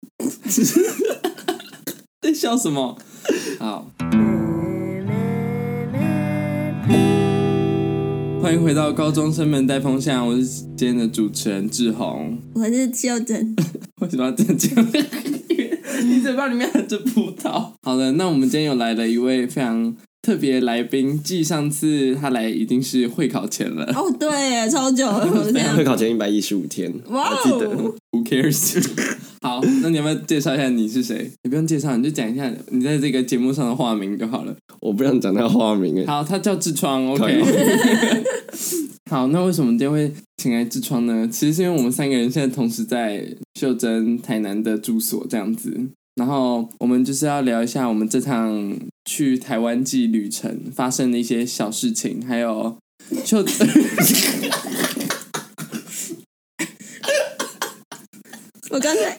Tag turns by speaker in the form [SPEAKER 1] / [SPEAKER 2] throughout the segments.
[SPEAKER 1] 在笑什么？好，欢迎回到高中生们带风向，我是今天的主持人志宏。
[SPEAKER 2] 我是秀珍，
[SPEAKER 1] 为什么要这样讲？你嘴巴里面含着葡萄。好了，那我们今天有来了一位非常特别来宾，继上次他来已经是会考前了。
[SPEAKER 2] 哦，对耶，超久 了，我这样
[SPEAKER 3] 会，考前一百一十五天，
[SPEAKER 2] 哇
[SPEAKER 3] 还记得
[SPEAKER 2] 哦，
[SPEAKER 1] Who cares？好， 那你要不要介绍一下你是谁？你不用介绍，你就讲一下你在这个节目上的化名就好了。
[SPEAKER 3] 我不想讲他花名哎，
[SPEAKER 1] 好，他叫痔疮
[SPEAKER 3] 可以
[SPEAKER 1] ，OK
[SPEAKER 3] 吗。
[SPEAKER 1] 好，那为什么今天会请来痔疮呢？其实是因为我们三个人现在同时在秀珍台南的住所这样子，然后我们就是要聊一下我们这趟去台湾记旅程发生的一些小事情，还有秀 珍
[SPEAKER 2] 我刚才，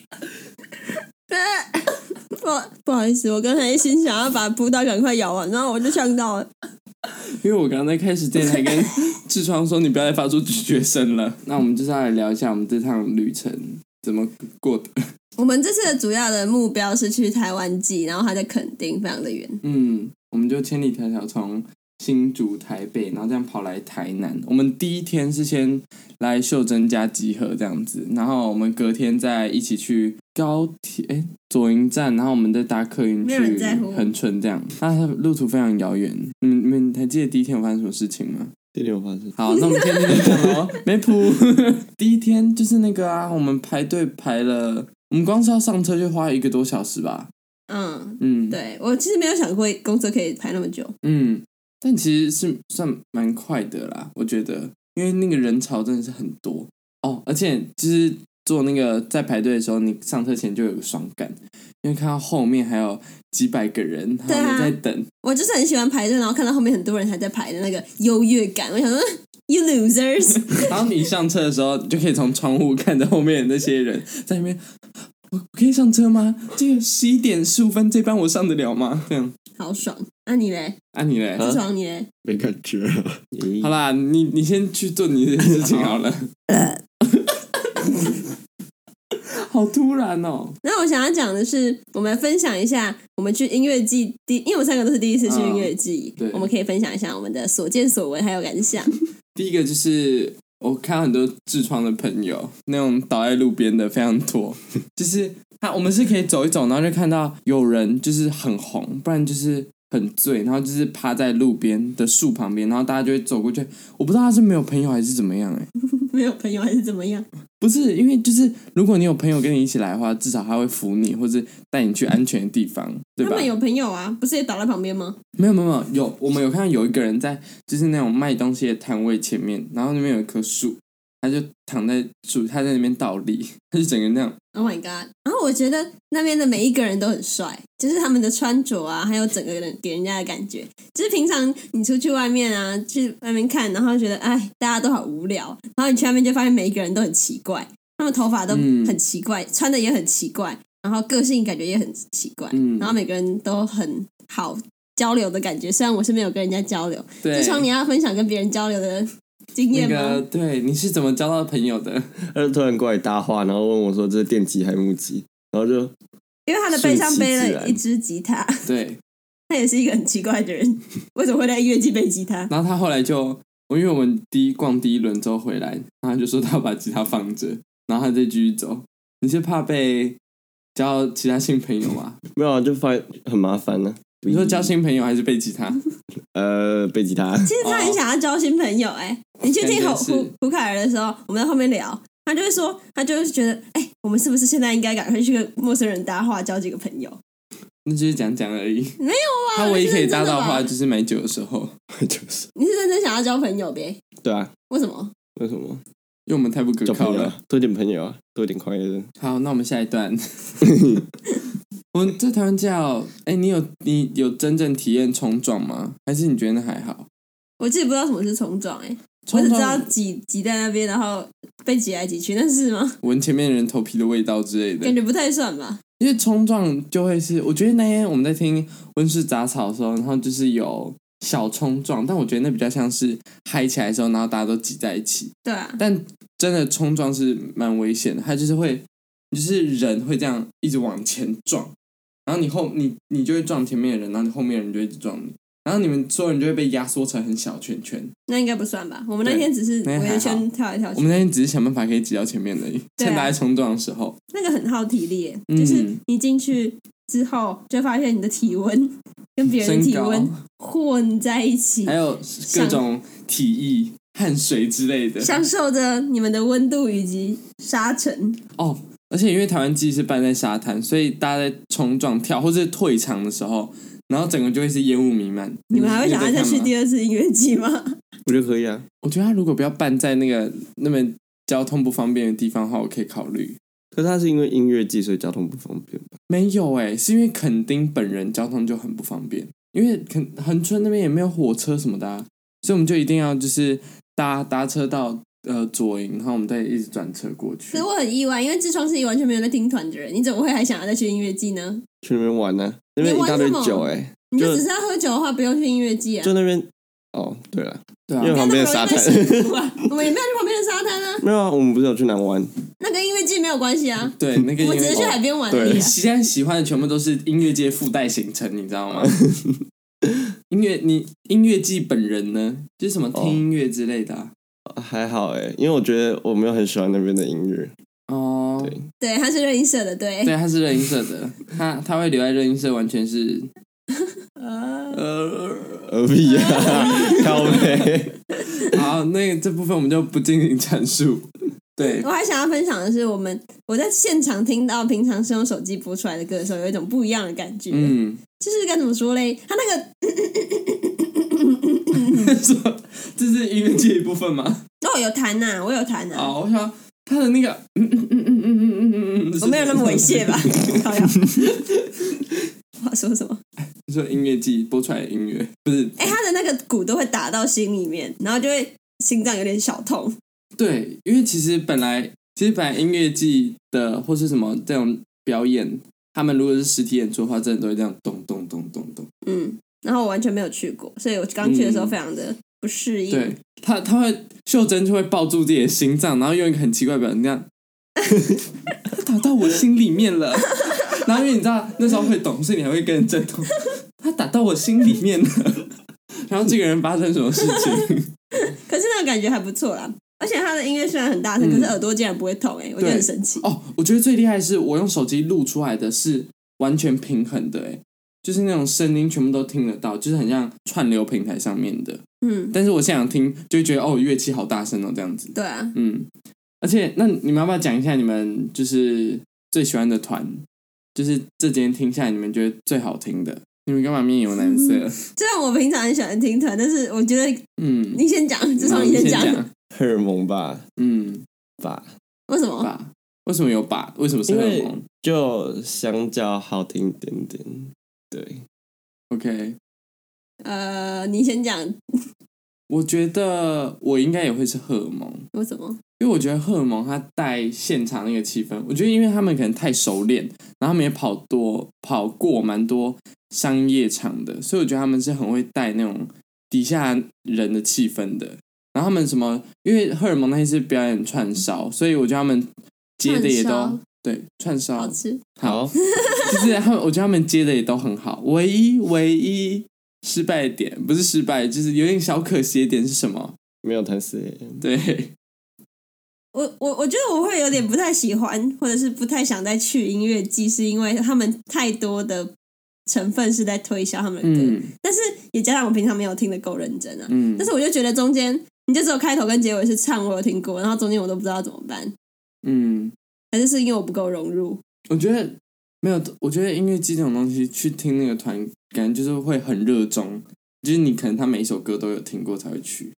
[SPEAKER 2] 呃呃呃 不不好意思，我刚才一心想要把葡萄赶快咬完，然后我就呛到了。
[SPEAKER 1] 因为我刚才开始电台跟痔疮说你不要再发出咀嚼声了，那我们就是要来聊一下我们这趟旅程怎么过的。
[SPEAKER 2] 我们这次的主要的目标是去台湾记，然后还在垦丁，非常的远。
[SPEAKER 1] 嗯，我们就千里迢迢从新竹、台北，然后这样跑来台南。我们第一天是先来秀珍家集合这样子，然后我们隔天再一起去高铁诶左营站，然后我们再搭客运
[SPEAKER 2] 没
[SPEAKER 1] 去
[SPEAKER 2] 有人在乎
[SPEAKER 1] 恒春这样。那路途非常遥远，你们你们还记得第一天有发生什么事情 吗？
[SPEAKER 3] 这里有发生，
[SPEAKER 1] 好，那我们今天就讲喽，没谱。 第一天就是那个啊，我们排队排了，我们光是要上车就花了一个多小时吧。
[SPEAKER 2] 嗯，
[SPEAKER 1] 嗯，
[SPEAKER 2] 对我其实没有想过公车可以排那么久。
[SPEAKER 1] 嗯，但其实是算蛮快的啦，我觉得，因为那个人潮真的是很多哦，而且就是做那个在排队的时候，你上车前就有个爽感，因为看到后面还有几百个人，
[SPEAKER 2] 对
[SPEAKER 1] 他们
[SPEAKER 2] 啊
[SPEAKER 1] 在等，
[SPEAKER 2] 我就是很喜欢排队，然后看到后面很多人还在排的那个优越感，我想说 you losers，
[SPEAKER 1] 然后你上车的时候，你就可以从窗户看着后面的那些人在那边。我我可以上车吗？这个十一点十五分这班我上得了吗？这样，
[SPEAKER 2] 好爽。那、你嘞？
[SPEAKER 1] 啊你嘞？
[SPEAKER 2] 痔疮你嘞？
[SPEAKER 3] 没感觉了。咦
[SPEAKER 1] 好啦，你你先去做你的事情好了。 好突然哦！
[SPEAKER 2] 那我想要讲的是，我们分享一下我们去音乐季第，因为我们三个都是第一次去音乐季，
[SPEAKER 1] 嗯对
[SPEAKER 2] 我们可以分享一下我们的所见所闻还有感想。
[SPEAKER 1] 第一个就是我看到很多痔疮的朋友，那种倒在路边的非常多， 就是他我们是可以走一走，然后就看到有人就是很红，不然就是。很醉，然后就是趴在路边的树旁边，然后大家就会走过去。我不知道他是没有朋友还是怎么样、欸，
[SPEAKER 2] 没有朋友还是怎么样？
[SPEAKER 1] 不是，因为就是如果你有朋友跟你一起来的话，至少他会扶你，或者带你去安全的地方，对
[SPEAKER 2] 他
[SPEAKER 1] 吧？
[SPEAKER 2] 们有朋友啊，不是也倒在旁边吗？
[SPEAKER 1] 没有没有没有，有我们有看到有一个人在就是那种卖东西的摊位前面，然后那边有一棵树，他就躺在树，他在那边倒立， 他就整个那样，
[SPEAKER 2] Oh my god！然后我觉得那边的每一个人都很帅，就是他们的穿着啊，还有整个人给人家的感觉，就是平常你出去外面啊，去外面看，然后觉得哎，大家都好无聊，然后你去那边就发现每一个人都很奇怪，他们头发都
[SPEAKER 1] 嗯
[SPEAKER 2] 很奇怪，穿的也很奇怪，然后个性感觉也很奇怪，
[SPEAKER 1] 嗯
[SPEAKER 2] 然后每个人都很好交流的感觉。虽然我是没有跟人家交流，
[SPEAKER 1] 对
[SPEAKER 2] 志，聪，你要分享跟别人交流的经
[SPEAKER 1] 那
[SPEAKER 2] 验吗？
[SPEAKER 1] 个对，你是怎么交到朋友的？
[SPEAKER 3] 他就突然过来搭话，然后问我说：“这是电极还是木吉？”然后就
[SPEAKER 2] 因为他的背上
[SPEAKER 3] 顺其
[SPEAKER 2] 背
[SPEAKER 3] 自
[SPEAKER 2] 了
[SPEAKER 3] 然
[SPEAKER 2] 一支吉他。
[SPEAKER 1] 对，
[SPEAKER 2] 他也是一个很奇怪的人，为什么会在音乐季背吉他？
[SPEAKER 1] 然后他后来就，我因为我们第一逛第一轮之后回来，然后他就说他要把吉他放着，然后他再继续走。你是怕被交其他新朋友 吗？
[SPEAKER 3] 没有啊，就发现很麻烦呢、
[SPEAKER 1] 你说交新朋友还是被吉他？
[SPEAKER 3] 呃背吉他，
[SPEAKER 2] 其实他很想要交新朋友、哎、你去听
[SPEAKER 1] 哦感觉
[SPEAKER 2] 胡
[SPEAKER 1] 是
[SPEAKER 2] 胡胡凯尔的时候，我们在后面聊，他就会说，他就会觉得，哎、我们是不是现在应该赶快去跟陌生人搭话，交几个朋友？
[SPEAKER 1] 那就是讲讲而已。
[SPEAKER 2] 没有啊，
[SPEAKER 1] 他唯一可以搭到话
[SPEAKER 2] 话，
[SPEAKER 1] 就是买酒的时候，
[SPEAKER 3] 就是
[SPEAKER 2] 你是认真想要交朋友呗？
[SPEAKER 3] 对啊，为
[SPEAKER 2] 为什么？
[SPEAKER 3] 什么
[SPEAKER 1] 因为我们太不可
[SPEAKER 3] 交
[SPEAKER 1] 靠
[SPEAKER 3] 朋友
[SPEAKER 1] 了。
[SPEAKER 3] 啊？多一点朋友啊，多一点快乐。
[SPEAKER 1] 好，那我们下一段。我们在台湾叫，哎、你有你有真正体验冲撞吗？还是你觉得那还好？
[SPEAKER 2] 我自己不知道什么是冲撞、哎，我
[SPEAKER 1] 冲
[SPEAKER 2] 只知道
[SPEAKER 1] 撞
[SPEAKER 2] 挤挤在那边，然后被挤来挤去，那是吗？
[SPEAKER 1] 闻前面人头皮的味道之类
[SPEAKER 2] 感
[SPEAKER 1] 的，
[SPEAKER 2] 觉不太算吧。
[SPEAKER 1] 因为冲撞就会是，我觉得那天我们在听温室杂草的时候，然后就是有小冲撞，但我觉得那比较像是嗨起来的时候，然后大家都挤在一起。
[SPEAKER 2] 对啊，
[SPEAKER 1] 但真的冲撞是蛮危险的，它就是会，就是人会这样一直往前撞，然后你后你你就会撞前面的人，然后你后面的人就一直撞你，然后你们所有人就会被压缩成很小圈圈。
[SPEAKER 2] 那应该不算吧？我们那
[SPEAKER 1] 对
[SPEAKER 2] 天只是
[SPEAKER 1] 那还
[SPEAKER 2] 围一
[SPEAKER 1] 好
[SPEAKER 2] 圈跳来跳
[SPEAKER 1] 我
[SPEAKER 2] 去
[SPEAKER 1] 们，那天只是想办法可以挤到前面而已，
[SPEAKER 2] 对啊
[SPEAKER 1] 趁大家冲撞的时候。
[SPEAKER 2] 那个很耗体力耶，
[SPEAKER 1] 嗯
[SPEAKER 2] 就是你进去之后就发现你的体温跟别人的
[SPEAKER 1] 身
[SPEAKER 2] 体
[SPEAKER 1] 高
[SPEAKER 2] 温混在一起
[SPEAKER 1] 还，有各种体液、汗水之类的。
[SPEAKER 2] 享受着你们的温度以及沙尘。
[SPEAKER 1] 哦，而且因为台湾祭是办在沙滩，所以大家在冲撞跳或是退场的时候，然后整个就会是烟雾弥漫。
[SPEAKER 2] 你们还会想要再去
[SPEAKER 1] 你们有在看吗
[SPEAKER 2] 第二次音乐季吗？
[SPEAKER 3] 我觉得可以啊，
[SPEAKER 1] 我觉得他如果不要办在那个那么交通不方便的地方的话，我可以考虑。
[SPEAKER 3] 可是他是因为音乐季所以交通不方便吧？
[SPEAKER 1] 没有哎、是因为垦丁本人交通就很不方便，因为垦恒春那边也没有火车什么的、啊，所以我们就一定要就是搭搭车到呃左营，然后我们再一直转车过去
[SPEAKER 2] 可是。我很意外，因为痔疮是一个完全没有在听团的人，你怎么会还想要再去音乐季呢？
[SPEAKER 3] 去那边玩呢、那边一大堆
[SPEAKER 2] 你玩什
[SPEAKER 3] 酒
[SPEAKER 2] 么
[SPEAKER 3] 哎、
[SPEAKER 2] 你就
[SPEAKER 3] 就
[SPEAKER 2] 只是要喝酒的话，不用去音乐季啊
[SPEAKER 3] 就。那边哦，对了，
[SPEAKER 1] 对
[SPEAKER 3] 因为
[SPEAKER 1] 啊，
[SPEAKER 3] 旁边的沙滩，
[SPEAKER 2] 啊我们也没有去旁边的沙滩啊，
[SPEAKER 3] 没有啊，我们不是有去南湾？
[SPEAKER 2] 那跟音乐季没有关系啊。
[SPEAKER 1] 对那个
[SPEAKER 2] 我
[SPEAKER 1] 因
[SPEAKER 2] 只
[SPEAKER 1] 为
[SPEAKER 2] 是去海边玩而已、
[SPEAKER 1] 你
[SPEAKER 2] 啊。
[SPEAKER 1] 现在喜欢的全部都是音乐界附带行程，你知道 吗？音乐你音乐季本人呢，就是什么听
[SPEAKER 3] 哦
[SPEAKER 1] 音乐之类的啊、
[SPEAKER 3] 还好哎、因为我觉得我没有很喜欢那边的音乐，
[SPEAKER 1] 哦。
[SPEAKER 3] 对
[SPEAKER 2] 对，他是热音社的，对。
[SPEAKER 1] 对，他是热音社的，他他会留在热音社，完全是
[SPEAKER 2] 呃
[SPEAKER 1] 呃，
[SPEAKER 3] 何必啊？靠背，
[SPEAKER 1] 好，那这部分我们就不进行阐述。对
[SPEAKER 2] 我，还想要分享的是，我们我在现场听到平常是用手机播出来的歌的时候，有一种不一样的感觉。
[SPEAKER 1] 嗯，
[SPEAKER 2] 就是该怎么说嘞？他那个嗯
[SPEAKER 1] 说这是音乐界一部分吗？
[SPEAKER 2] 哦，有弹呐、我有弹呐、
[SPEAKER 1] 啊，我想他的那个，嗯嗯嗯嗯嗯嗯嗯嗯嗯，
[SPEAKER 2] 我没有那么猥 亵吧？靠呀！我要说什么？
[SPEAKER 1] 你 说音乐季播出来的音乐，不是
[SPEAKER 2] 哎、他的那个鼓都会打到心里面，然后就会心脏有点小痛。
[SPEAKER 1] 对，因为其实本来其实本来音乐季的或是什么这种表演，他们如果是实体演出的话，真的都会这样咚咚咚咚咚。
[SPEAKER 2] 嗯，然后我完全没有去过，所以我刚去的时候非常的不适应。
[SPEAKER 1] 对他，他会秀珍就会抱住自己的心脏，然后用一个很奇怪的表情，这样他打到我心里面了。然后因为你知道那时候会懂，所以你还会跟着震动。他打到我心里面了。然后这个人发生什么事情？
[SPEAKER 2] 可是那个感觉还不错啦。而且他的音乐虽然很大声，
[SPEAKER 1] 嗯
[SPEAKER 2] 可是耳朵竟然不会痛、哎，我觉得很神奇。
[SPEAKER 1] 哦，我觉得最厉害的是我用手机录出来的是完全平衡的，哎，就是那种声音全部都听得到，就是很像串流平台上面的。
[SPEAKER 2] 嗯，
[SPEAKER 1] 但是我现场听就会觉得哦，乐器好大声哦，这样子。
[SPEAKER 2] 对啊，
[SPEAKER 1] 嗯，而且那你们要不要讲一下你们就是最喜欢的团？就是这几天听下来，你们觉得最好听的？你们干嘛面有难色？
[SPEAKER 2] 虽然我平常很喜欢听团，但是我觉得
[SPEAKER 1] 嗯，
[SPEAKER 2] 你先讲，至少你
[SPEAKER 1] 好先
[SPEAKER 2] 先讲。
[SPEAKER 1] 讲。
[SPEAKER 3] 荷尔蒙吧
[SPEAKER 1] 嗯，
[SPEAKER 3] 吧，
[SPEAKER 2] 为什么？
[SPEAKER 1] 把为什么有把？为什么是
[SPEAKER 3] 因
[SPEAKER 1] 荷尔
[SPEAKER 3] 为
[SPEAKER 1] 蒙
[SPEAKER 3] 就相较好听一点点，对。
[SPEAKER 1] ？OK，
[SPEAKER 2] 呃，你先讲，
[SPEAKER 1] 我觉得我应该也会是荷尔蒙。
[SPEAKER 2] 为什么？
[SPEAKER 1] 因为我觉得荷尔蒙它带现场那个气氛，我觉得因为他们可能太熟练，然后他们也跑多跑过蛮多商业场的，所以我觉得他们是很会带那种底下人的气氛的。然后他们什么，因为荷尔蒙那些是表演串烧，所以我觉得他们接的也都
[SPEAKER 2] 串烧
[SPEAKER 1] 对串烧
[SPEAKER 2] 好，吃。
[SPEAKER 1] 嗯
[SPEAKER 3] 好，
[SPEAKER 1] 就是他们，我觉得他们接的也都很好。唯一唯一失败点不是失败，就是有点小可惜的点是什么？
[SPEAKER 3] 没有谈四 A，
[SPEAKER 1] 对，
[SPEAKER 2] 我我我觉得我会有点不太喜欢，或者是不太想再去音乐季，是因为他们太多的成分是在推销他们的歌，
[SPEAKER 1] 嗯
[SPEAKER 2] 但是也加上我平常没有听的够认真啊。
[SPEAKER 1] 嗯
[SPEAKER 2] 但是我就觉得中间你就只有开头跟结尾是唱我有听过，然后中间我都不知道怎么办，
[SPEAKER 1] 嗯。
[SPEAKER 2] 还是是因为我不够融入。
[SPEAKER 1] 我觉得没有，我觉得音乐机这种东西，去听那个团，感觉就是会很热衷，就是你可能他每一首歌都有听过才会去。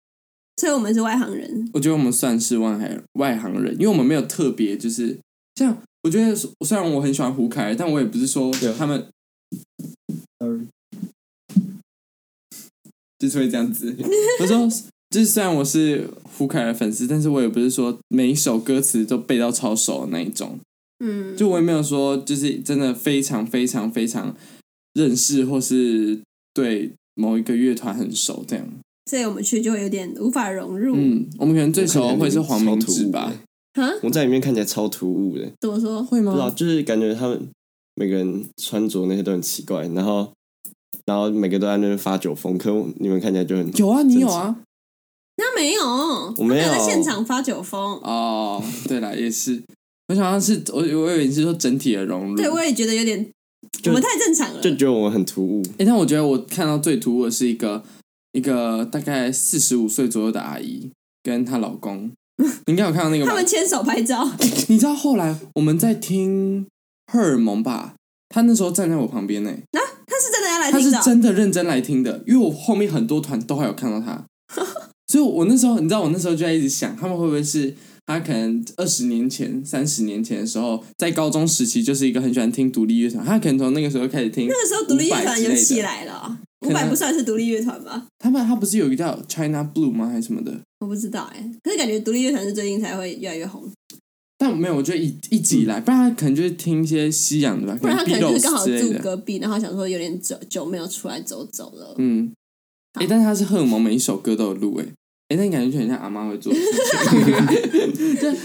[SPEAKER 2] 所以我们是外行人，
[SPEAKER 1] 我觉得我们算是外行外行人，因为我们没有特别就是像，我觉得虽然我很喜欢胡凯，但我也不是说
[SPEAKER 3] 对
[SPEAKER 1] 他们就是会这样子。我说，就是虽然我是胡凯的粉丝，但是我也不是说每一首歌词都背到超熟的那一种。
[SPEAKER 2] 嗯，
[SPEAKER 1] 就我也没有说，就是真的非常非常非常认识或是对某一个乐团很熟这样。
[SPEAKER 2] 所以我们去就会有点无法融入。
[SPEAKER 1] 嗯，我们可能最熟会是黄明志
[SPEAKER 3] 我看
[SPEAKER 1] 吧
[SPEAKER 3] 起来？
[SPEAKER 2] 啊、
[SPEAKER 3] 我在里面看起来超突兀的，
[SPEAKER 2] 怎么说？
[SPEAKER 1] 会
[SPEAKER 3] 不知道，
[SPEAKER 1] 吗？
[SPEAKER 3] 就是感觉他们每个人穿着那些都很奇怪，然后然后每个都在那边发酒疯，可我你们看起来就很
[SPEAKER 1] 有啊，你有啊？
[SPEAKER 2] 那没有，我
[SPEAKER 3] 没有
[SPEAKER 2] 在现场发酒疯。
[SPEAKER 1] 哦，对了，也是。我想像是我，我以为你是说整体的融入。
[SPEAKER 2] 对，我也觉得有点，
[SPEAKER 3] 就
[SPEAKER 2] 我们太正常了。
[SPEAKER 3] 就觉得我们很突兀，
[SPEAKER 1] 诶但我觉得我看到最突兀的是一个一个大概四十五岁左右的阿姨跟她老 公，你应该有看到那个吧
[SPEAKER 2] 他？们牵手拍照，
[SPEAKER 1] 你知道后来我们在听荷尔蒙吧？他那时候站在我旁边欸呢、
[SPEAKER 2] 他是真的要来
[SPEAKER 1] 他
[SPEAKER 2] 听
[SPEAKER 1] 是
[SPEAKER 2] 的哦。
[SPEAKER 1] 真的认真来听的，因为我后面很多团都还有看到 他，所以我那时候你知道，我那时候就在一直想，他们会不会是他可能二十年前、三十年前的时候，在高中时期就是一个很喜欢听独立乐团，他可能从那个时候开始听。
[SPEAKER 2] 那个时候独立乐团
[SPEAKER 1] 500之类
[SPEAKER 2] 有
[SPEAKER 1] 的
[SPEAKER 2] 起来了哦，
[SPEAKER 1] 可
[SPEAKER 2] 五
[SPEAKER 1] 能
[SPEAKER 2] 百不算是独立乐团吧？
[SPEAKER 1] 他们他不是有一个叫 China Blue 吗？还是什么的？
[SPEAKER 2] 我不知道哎、可是感觉独立乐团是最近才会越来越红，
[SPEAKER 1] 但没有，我觉得一一直以来，不然他可能就是听一些西洋的吧，
[SPEAKER 2] 嗯不然他可能就是刚
[SPEAKER 1] Beatles
[SPEAKER 2] 好
[SPEAKER 1] 之类
[SPEAKER 2] 住
[SPEAKER 1] 的。
[SPEAKER 2] 隔壁，然后想说有点久久没有出来走走了。
[SPEAKER 1] 嗯，哎、但是他是荷尔蒙每一首歌都有录哎、哎、那你感觉就很像阿妈会做的事情， 这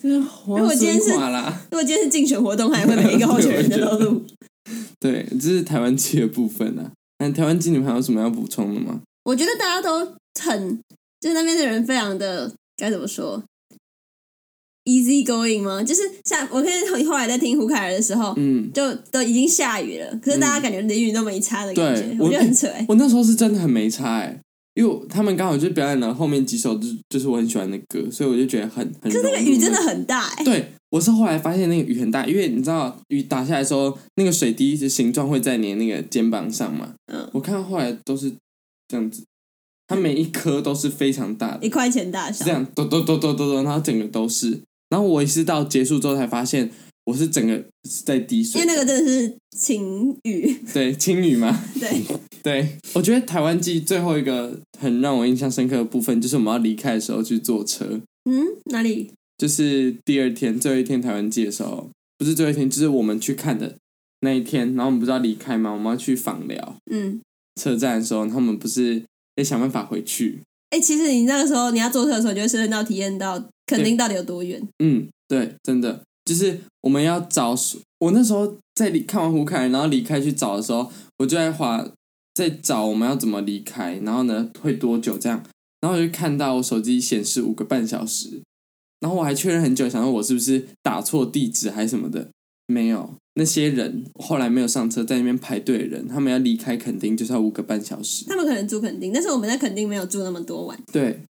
[SPEAKER 1] 这黄
[SPEAKER 2] 我今天是
[SPEAKER 1] 孙垮啦。
[SPEAKER 2] 如果今天是竞选活动，还会每一个候选人的都录。
[SPEAKER 1] 对，这是台湾鸡的部分啊。那台湾鸡，你们还有什么要补充的吗？
[SPEAKER 2] 我觉得大家都很，就是那边的人非常的该怎么说，easy going 吗？就是像我看后来在听胡凯尔的时候，
[SPEAKER 1] 嗯，
[SPEAKER 2] 就都已经下雨了，可是大家感觉淋雨都没差的感觉
[SPEAKER 1] 对，
[SPEAKER 2] 我觉
[SPEAKER 1] 我
[SPEAKER 2] 得很扯、欸。
[SPEAKER 1] 我那时候是真的很没差哎、因为他们刚好就表演了后面几首，就就是我很喜欢的歌，所以我就觉得很很。
[SPEAKER 2] 可是那个雨真的很大、欸，
[SPEAKER 1] 对，我是后来发现那个雨很大，因为你知道雨打下来的时候，那个水滴的形状会在你的那个肩膀上嘛。
[SPEAKER 2] 嗯
[SPEAKER 1] 我看后来都是这样子，它每一颗都是非常大的，
[SPEAKER 2] 一块钱大
[SPEAKER 1] 是
[SPEAKER 2] 小
[SPEAKER 1] 这。样，抖抖抖抖抖抖，然后整个都是。然后我也是到结束之后才发现，我是整个是在滴
[SPEAKER 2] 因
[SPEAKER 1] 水
[SPEAKER 2] 为。那个真的是晴雨，
[SPEAKER 1] 对，青雨嘛，
[SPEAKER 2] 对，
[SPEAKER 1] 对我觉得台湾记最后一个很让我印象深刻的部分，就是我们要离开的时候去坐车，
[SPEAKER 2] 嗯，哪里？
[SPEAKER 1] 就是第二天最后一天台湾记的时候，不是最后一天，就是我们去看的那一天。然后我们不是要离开吗？我们要去访寮
[SPEAKER 2] 嗯，
[SPEAKER 1] 车站的时候，他们不是得想办法回去。
[SPEAKER 2] 哎、其实你那个时候你要坐车的时候，你就会深深到体验到垦丁到底有多远。
[SPEAKER 1] 嗯，对，真的就是我们要找。我那时候在离看完胡凯，然后离开去找的时候，我就在划在找我们要怎么离开，然后呢会多久这样，然后我就看到我手机显示五个半小时，然后我还确认很久，想说我是不是打错地址还是什么的，没有。那些人后来没有上车，在那边排队的人，他们要离开垦丁就是要五个半小时。
[SPEAKER 2] 他们可能住垦丁，但是我们在垦丁没有住那么多晚。
[SPEAKER 1] 对，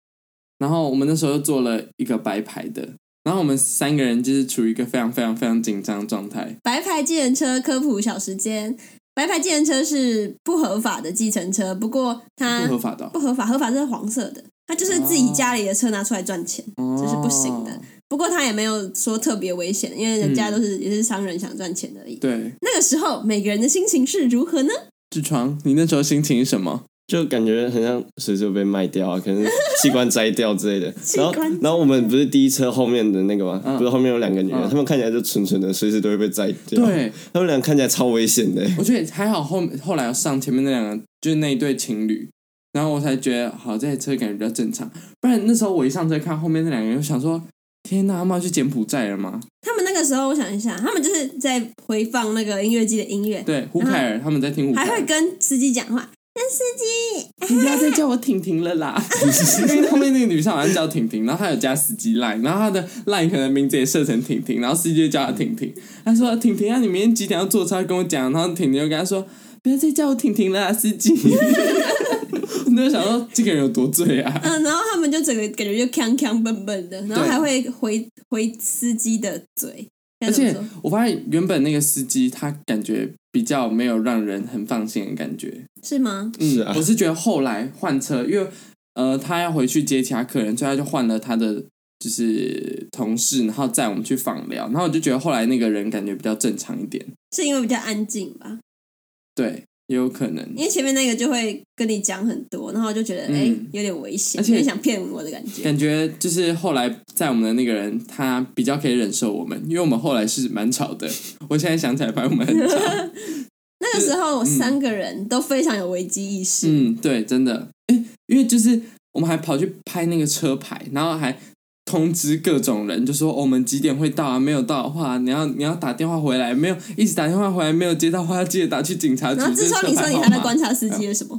[SPEAKER 1] 然后我们那时候就做了一个白牌的，然后我们三个人就是处于一个非常非常非常紧张的状态。
[SPEAKER 2] 白牌计程车科普小时间，白牌计程车是不合法的计程车，不过它
[SPEAKER 1] 不合法啊的哦
[SPEAKER 2] 不合法，合法是黄色的，它就是自己家里的车拿出来赚钱，
[SPEAKER 1] 哦，
[SPEAKER 2] 这是不行的。不过它也没有说特别危险，因为人
[SPEAKER 1] 嗯
[SPEAKER 2] 家都是、也是商人想赚钱而已。
[SPEAKER 1] 对，
[SPEAKER 2] 那个时候每个人的心情是如何呢？
[SPEAKER 1] 志床，你那时候心情是什么？
[SPEAKER 3] 就感觉很像随时会被卖掉啊，可能器官摘掉之 类的。
[SPEAKER 2] 器
[SPEAKER 3] 然
[SPEAKER 2] 官
[SPEAKER 3] 后，然后我们不是第一车后面的那个吗？
[SPEAKER 1] 嗯
[SPEAKER 3] 不是后面有两个女人，
[SPEAKER 1] 嗯
[SPEAKER 3] 她们看起来就纯纯的，随时都会被摘掉。，
[SPEAKER 1] 对，
[SPEAKER 3] 她们俩看起来超危险的。
[SPEAKER 1] 我觉得还好后后来有上前面那两个，就是那一对情侣，然后我才觉得好，这台车感觉比较正常。不然那时候我一上车看后面那两个人，我想说，天哪，他们要去柬埔寨了吗？
[SPEAKER 2] 他们那个时候，我想一下，他们就是在回放那个音乐季的音乐，
[SPEAKER 1] 对，胡凯尔他们在听胡凯
[SPEAKER 2] 啊还
[SPEAKER 1] 尔，
[SPEAKER 2] 会跟司机讲话。那司机，
[SPEAKER 1] 你不要再叫我婷婷了啦！ 因为后面那个女生好像叫婷婷，然后她有加司机 line，然后她的 line 可能名字也设成婷婷，然后司机就叫她婷婷。她说：“婷婷啊，你明天几点要坐车？”跟我讲，然后婷婷就跟她说：“不要再叫我婷婷了啦，啊司机。” 我就想说，这个人有多醉 啊？
[SPEAKER 2] 嗯，然后他们就整个感觉就锵锵笨笨的，然后
[SPEAKER 1] 对
[SPEAKER 2] 还会回回司机的嘴。该
[SPEAKER 1] 而
[SPEAKER 2] 怎么
[SPEAKER 1] 且
[SPEAKER 2] 说
[SPEAKER 1] 我发现原本那个司机他感觉比较没有让人很放心的感觉，
[SPEAKER 2] 是吗？
[SPEAKER 1] 嗯
[SPEAKER 3] 是啊
[SPEAKER 1] 我是觉得后来换车，因为呃，他要回去接其他客人，所以他就换了他的就是同事，然后载我们去访聊。然后我就觉得后来那个人感觉比较正常一点，
[SPEAKER 2] 是因为比较安静吧？
[SPEAKER 1] 对，也有可能。
[SPEAKER 2] 因为前面那个就会跟你讲很多，然后就觉得哎、
[SPEAKER 1] 嗯
[SPEAKER 2] 有点危险，
[SPEAKER 1] 而且
[SPEAKER 2] 有点想骗我的感觉。
[SPEAKER 1] 感觉就是后来载我们的那个人，他比较可以忍受我们，因为我们后来是蛮吵的。我现在想起来，反正我们很吵。
[SPEAKER 2] 那个时候，
[SPEAKER 1] 嗯
[SPEAKER 2] 三个人都非常有危机意识。
[SPEAKER 1] 嗯，对，真的，诶因为就是我们还跑去拍那个车牌，然后还通知各种人，就说、哦我们几点会到啊？没有到的话，你要你要打电话回来，没有一直打电话回来，没有接到话，要记得打去警察局。
[SPEAKER 2] 然后
[SPEAKER 1] 这
[SPEAKER 2] 自
[SPEAKER 1] 是
[SPEAKER 2] 从你
[SPEAKER 1] 车
[SPEAKER 2] 说
[SPEAKER 1] 牌
[SPEAKER 2] 你
[SPEAKER 1] 号
[SPEAKER 2] 还在
[SPEAKER 1] 码
[SPEAKER 2] 观察司机的什么？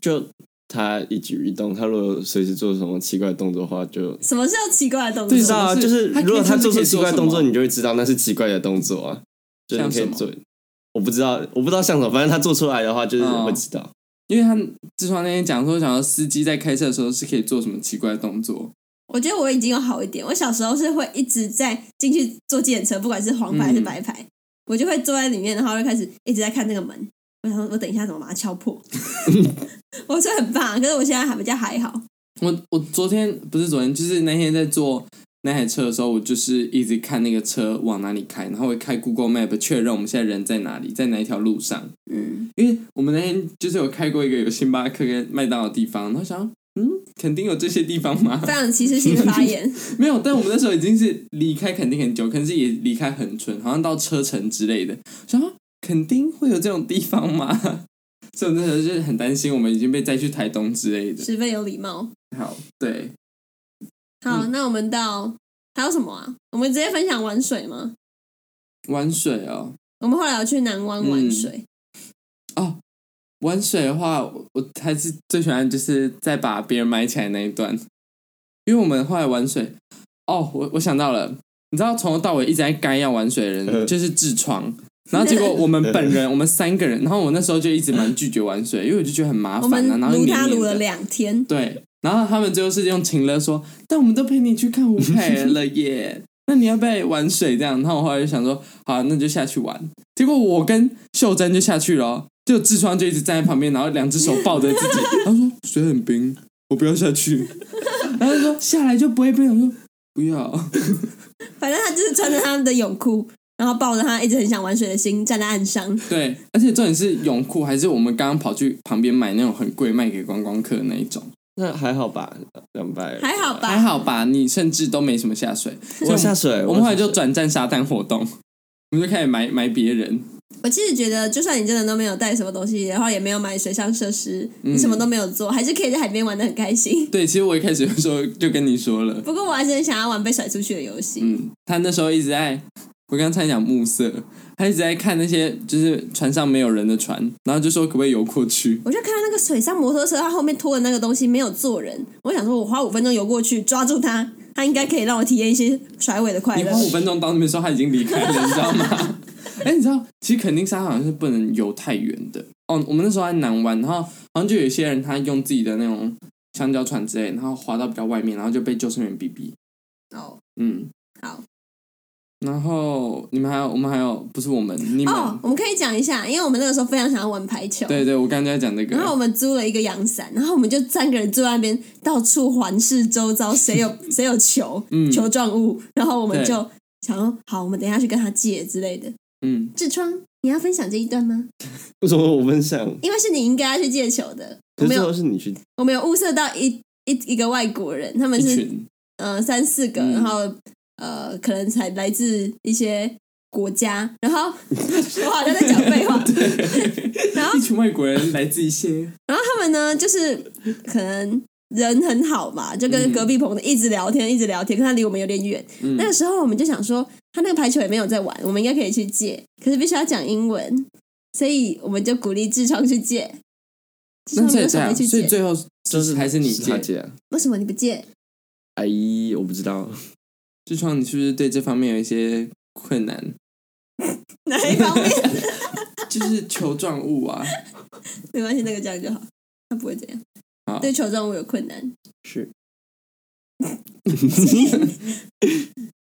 [SPEAKER 3] 就他一举一动，他如果随时做什么奇怪的动作的话，就
[SPEAKER 2] 什么是叫奇怪的动
[SPEAKER 1] 对
[SPEAKER 3] 知
[SPEAKER 1] 什
[SPEAKER 3] 道
[SPEAKER 1] 么
[SPEAKER 2] 作？
[SPEAKER 3] 啊。
[SPEAKER 1] 是
[SPEAKER 3] 就是
[SPEAKER 1] 他可以
[SPEAKER 3] 如果他做出奇怪的动
[SPEAKER 1] 甚至可以做什
[SPEAKER 3] 作，
[SPEAKER 1] 么
[SPEAKER 3] 你就会知道那是奇怪的动作啊。就你可以
[SPEAKER 1] 像什么
[SPEAKER 3] 做，我不知道，我不知道像什么，反正他做出来的话，就是
[SPEAKER 1] 哦
[SPEAKER 3] 会知道。
[SPEAKER 1] 因为他自从那天讲说，想要司机在开车的时候是可以做什么奇怪的动作，
[SPEAKER 2] 我觉得我已经有好一点。我小时候是会一直在进去坐计程车，不管是黄牌
[SPEAKER 1] 嗯
[SPEAKER 2] 还是白牌，我就会坐在里面，然后就开始一直在看那个门。我想说，我等一下怎么把它敲破？ 我是很棒，可是我现在还比较还好。
[SPEAKER 1] 我我昨天不是昨天，就是那天在坐那台车的时候，我就是一直看那个车往哪里开，然后会开 Google Map 确认我们现在人在哪里，在哪一条路上。
[SPEAKER 2] 嗯，
[SPEAKER 1] 因为我们那天就是有开过一个有星巴克跟麦当劳的地方，然后想，嗯，肯定有这些地方吗
[SPEAKER 2] 非？常歧视性的发言。
[SPEAKER 1] 没有，但我们那时候已经是离开肯定很久，可能是也离开很村，好像到车城之类的，想说肯定会有这种地方吗？ 所以我那时候就是很担心，我们已经被载去台东之类的。
[SPEAKER 2] 十分有礼貌。
[SPEAKER 1] 好，对，
[SPEAKER 2] 好，那我们到还有什么啊？我们直接分享玩水吗？
[SPEAKER 1] 玩水哦，
[SPEAKER 2] 我们后来有去南湾
[SPEAKER 1] 嗯
[SPEAKER 2] 玩水，
[SPEAKER 1] 哦，玩水的话，我我还是最喜欢就是再把别人埋起来那一段，因为我们后来玩水，哦，我我想到了，你知道从头到尾一直在干要玩水的人就是痔疮。然后结果我们本人，我们三个人，然后我那时候就一直蛮拒绝玩水，因为我就觉得很麻
[SPEAKER 2] 我
[SPEAKER 1] 烦
[SPEAKER 2] 们
[SPEAKER 1] 啊，然后又
[SPEAKER 2] 撸
[SPEAKER 1] 黏
[SPEAKER 2] 他
[SPEAKER 1] 黏
[SPEAKER 2] 撸
[SPEAKER 1] 的
[SPEAKER 2] 了两天。
[SPEAKER 1] 对，然后他们最后是用情勒说，但我们都陪你去看舞台了耶， 那你要不要玩水这样？然后我后来就想说，好，那就下去玩。结果我跟秀珍就下去了哦，就痔疮就一直站在旁边，然后两只手抱着自己，然后说水很冰，我不要下去。然后就说下来就不会冰，我说不要。
[SPEAKER 2] 反正他就是穿着他们的泳裤，然后抱着他一直很想玩水的心站在岸上。
[SPEAKER 1] 对，而且重点是泳裤还是我们刚刚跑去旁边买那种很贵卖给观光客的那一种，
[SPEAKER 3] 那还好吧，两百
[SPEAKER 2] 还好吧
[SPEAKER 1] 还好吧？你甚至都没什么下水，所以
[SPEAKER 3] 我下水，
[SPEAKER 1] 我们后来就
[SPEAKER 3] 下水
[SPEAKER 1] 转战沙滩活动，我们就开始埋埋别人。
[SPEAKER 2] 我其实觉得，就算你真的都没有带什么东西，然后也没有买水上设施，
[SPEAKER 1] 嗯
[SPEAKER 2] 你什么都没有做，还是可以在海边玩的很开心。
[SPEAKER 1] 对，其实我一开始的时候就跟你说了，
[SPEAKER 2] 不过我还是很想要玩被甩出去的游戏。
[SPEAKER 1] 嗯，他那时候一直在，我刚才讲暮色，他一直在看那些就是船上没有人的船，然后就说可不可以游过去？
[SPEAKER 2] 我就看到那个水上摩托车，它后面拖的那个东西没有坐人，我想说，我花五分钟游过去抓住它，它应该可以让我体验一些甩尾的快
[SPEAKER 1] 你
[SPEAKER 2] 乐
[SPEAKER 1] 花。五分钟到那边的时候，他已经离开了，你知道吗？ 哎、你知道，其实肯定沙好像是不能游太远的。哦，我们那时候在南湾，然后好像就有一些人他用自己的那种香蕉船之类，然后滑到比较外面，然后就被救生员逼逼。
[SPEAKER 2] 哦，
[SPEAKER 1] 嗯，
[SPEAKER 2] 好。
[SPEAKER 1] 然后你们还有，我们还有，不是我们，你们，
[SPEAKER 2] 哦，我们可以讲一下，因为我们那个时候非常想要玩排球。
[SPEAKER 1] 对对，我刚才在讲这个
[SPEAKER 2] 然，后我们租了一个阳伞，然后我们就三个人坐在那边到处环视周遭，谁 有谁有球，
[SPEAKER 1] 嗯
[SPEAKER 2] 球状物，然后我们
[SPEAKER 1] 对
[SPEAKER 2] 就想说，好，我们等一下去跟他借之类的。
[SPEAKER 1] 嗯，
[SPEAKER 2] 痔疮，你要分享这一段吗？
[SPEAKER 3] 为什么我分享？
[SPEAKER 2] 因为是你应该要去借球的，我
[SPEAKER 3] 可是
[SPEAKER 2] 没
[SPEAKER 3] 最后
[SPEAKER 2] 有，
[SPEAKER 3] 是你去，
[SPEAKER 2] 我没有物色到一一一个外国人，他们
[SPEAKER 1] 一
[SPEAKER 2] 是
[SPEAKER 1] 群，
[SPEAKER 2] 呃三四个，
[SPEAKER 1] 嗯
[SPEAKER 2] 然后呃可能才来自一些国家，然后 我好像在讲废 话，然后
[SPEAKER 1] 一群外国人来自一 些，
[SPEAKER 2] 然后他们呢，就是可能人很好嘛，就跟
[SPEAKER 1] 嗯
[SPEAKER 2] 隔壁棚的一直聊天，一直聊天，可他离我们有点远。
[SPEAKER 1] 嗯
[SPEAKER 2] 那个时候我们就想说，他那个排球也没有在玩，我们应该可以去借，可是必须要讲英文，所以我们就鼓励痔疮去借。痔
[SPEAKER 1] 那
[SPEAKER 2] 疮
[SPEAKER 1] 所以
[SPEAKER 2] 没有
[SPEAKER 1] 这
[SPEAKER 2] 想
[SPEAKER 1] 样，
[SPEAKER 2] 没去
[SPEAKER 1] 所以
[SPEAKER 2] 借，
[SPEAKER 1] 最后
[SPEAKER 3] 就是
[SPEAKER 1] 还是你
[SPEAKER 3] 是他
[SPEAKER 1] 借。
[SPEAKER 3] 借啊。
[SPEAKER 2] 为什么你不 借？
[SPEAKER 3] 哎，我不知道，
[SPEAKER 1] 志创，你是不是对这方面有一些困难？
[SPEAKER 2] 哪一方面？
[SPEAKER 1] 就是球状物 啊，
[SPEAKER 2] 没关系，那个这样就好，他不会这样
[SPEAKER 1] 好。
[SPEAKER 2] 对球状物有困难。
[SPEAKER 3] 是